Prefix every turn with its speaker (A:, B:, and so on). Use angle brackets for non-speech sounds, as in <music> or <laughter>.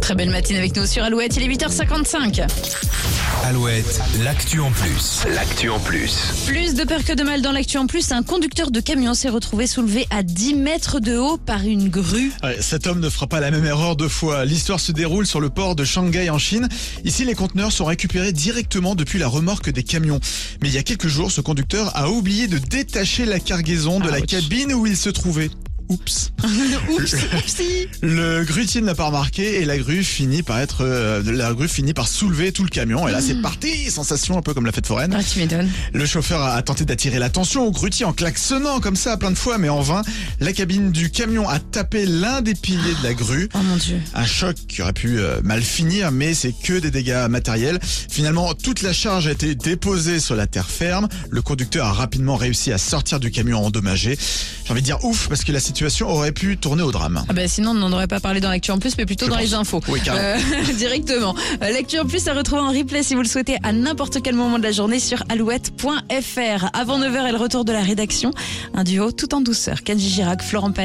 A: Très belle matinée avec nous sur Alouette, il est 8h55.
B: Alouette, l'actu en plus.
C: L'actu en plus.
A: Plus de peur que de mal dans l'actu en plus, un conducteur de camion s'est retrouvé soulevé à 10 mètres de haut par une
D: <laughs>
A: grue.
D: Ouais, cet homme ne fera pas la même erreur deux fois. L'histoire se déroule sur le port de Shanghai en Chine. Ici, les conteneurs sont récupérés directement depuis la remorque des camions. Mais il y a quelques jours, ce conducteur a oublié de détacher la cargaison de la
A: Ouch.
D: cabine où il se trouvait. Oups.
A: <laughs> Oups, oupsie.
D: Le grutier ne l'a pas remarqué et la grue finit par être, euh, la grue finit par soulever tout le camion. Et là, c'est parti, sensation un peu comme la fête foraine.
A: Ah, tu m'étonnes.
D: Le chauffeur a tenté d'attirer l'attention au grutier en klaxonnant comme ça plein de fois, mais en vain. La cabine du camion a tapé l'un des piliers de la grue.
A: Oh mon dieu.
D: Un choc qui aurait pu euh, mal finir, mais c'est que des dégâts matériels. Finalement, toute la charge a été déposée sur la terre ferme. Le conducteur a rapidement réussi à sortir du camion endommagé. J'ai envie de dire ouf, parce que la situation aurait pu tourner au drame.
A: Ah bah sinon, on n'en aurait pas parlé dans l'actu en plus, mais plutôt
D: Je
A: dans
D: pense.
A: les infos.
D: Oui, carrément.
A: Euh, <laughs> directement. Euh, L'actu en plus à retrouver en replay si vous le souhaitez à n'importe quel moment de la journée sur alouette.fr. Avant 9h, et le retour de la rédaction. Un duo tout en douceur. Kenji Girac, Florent Pagny.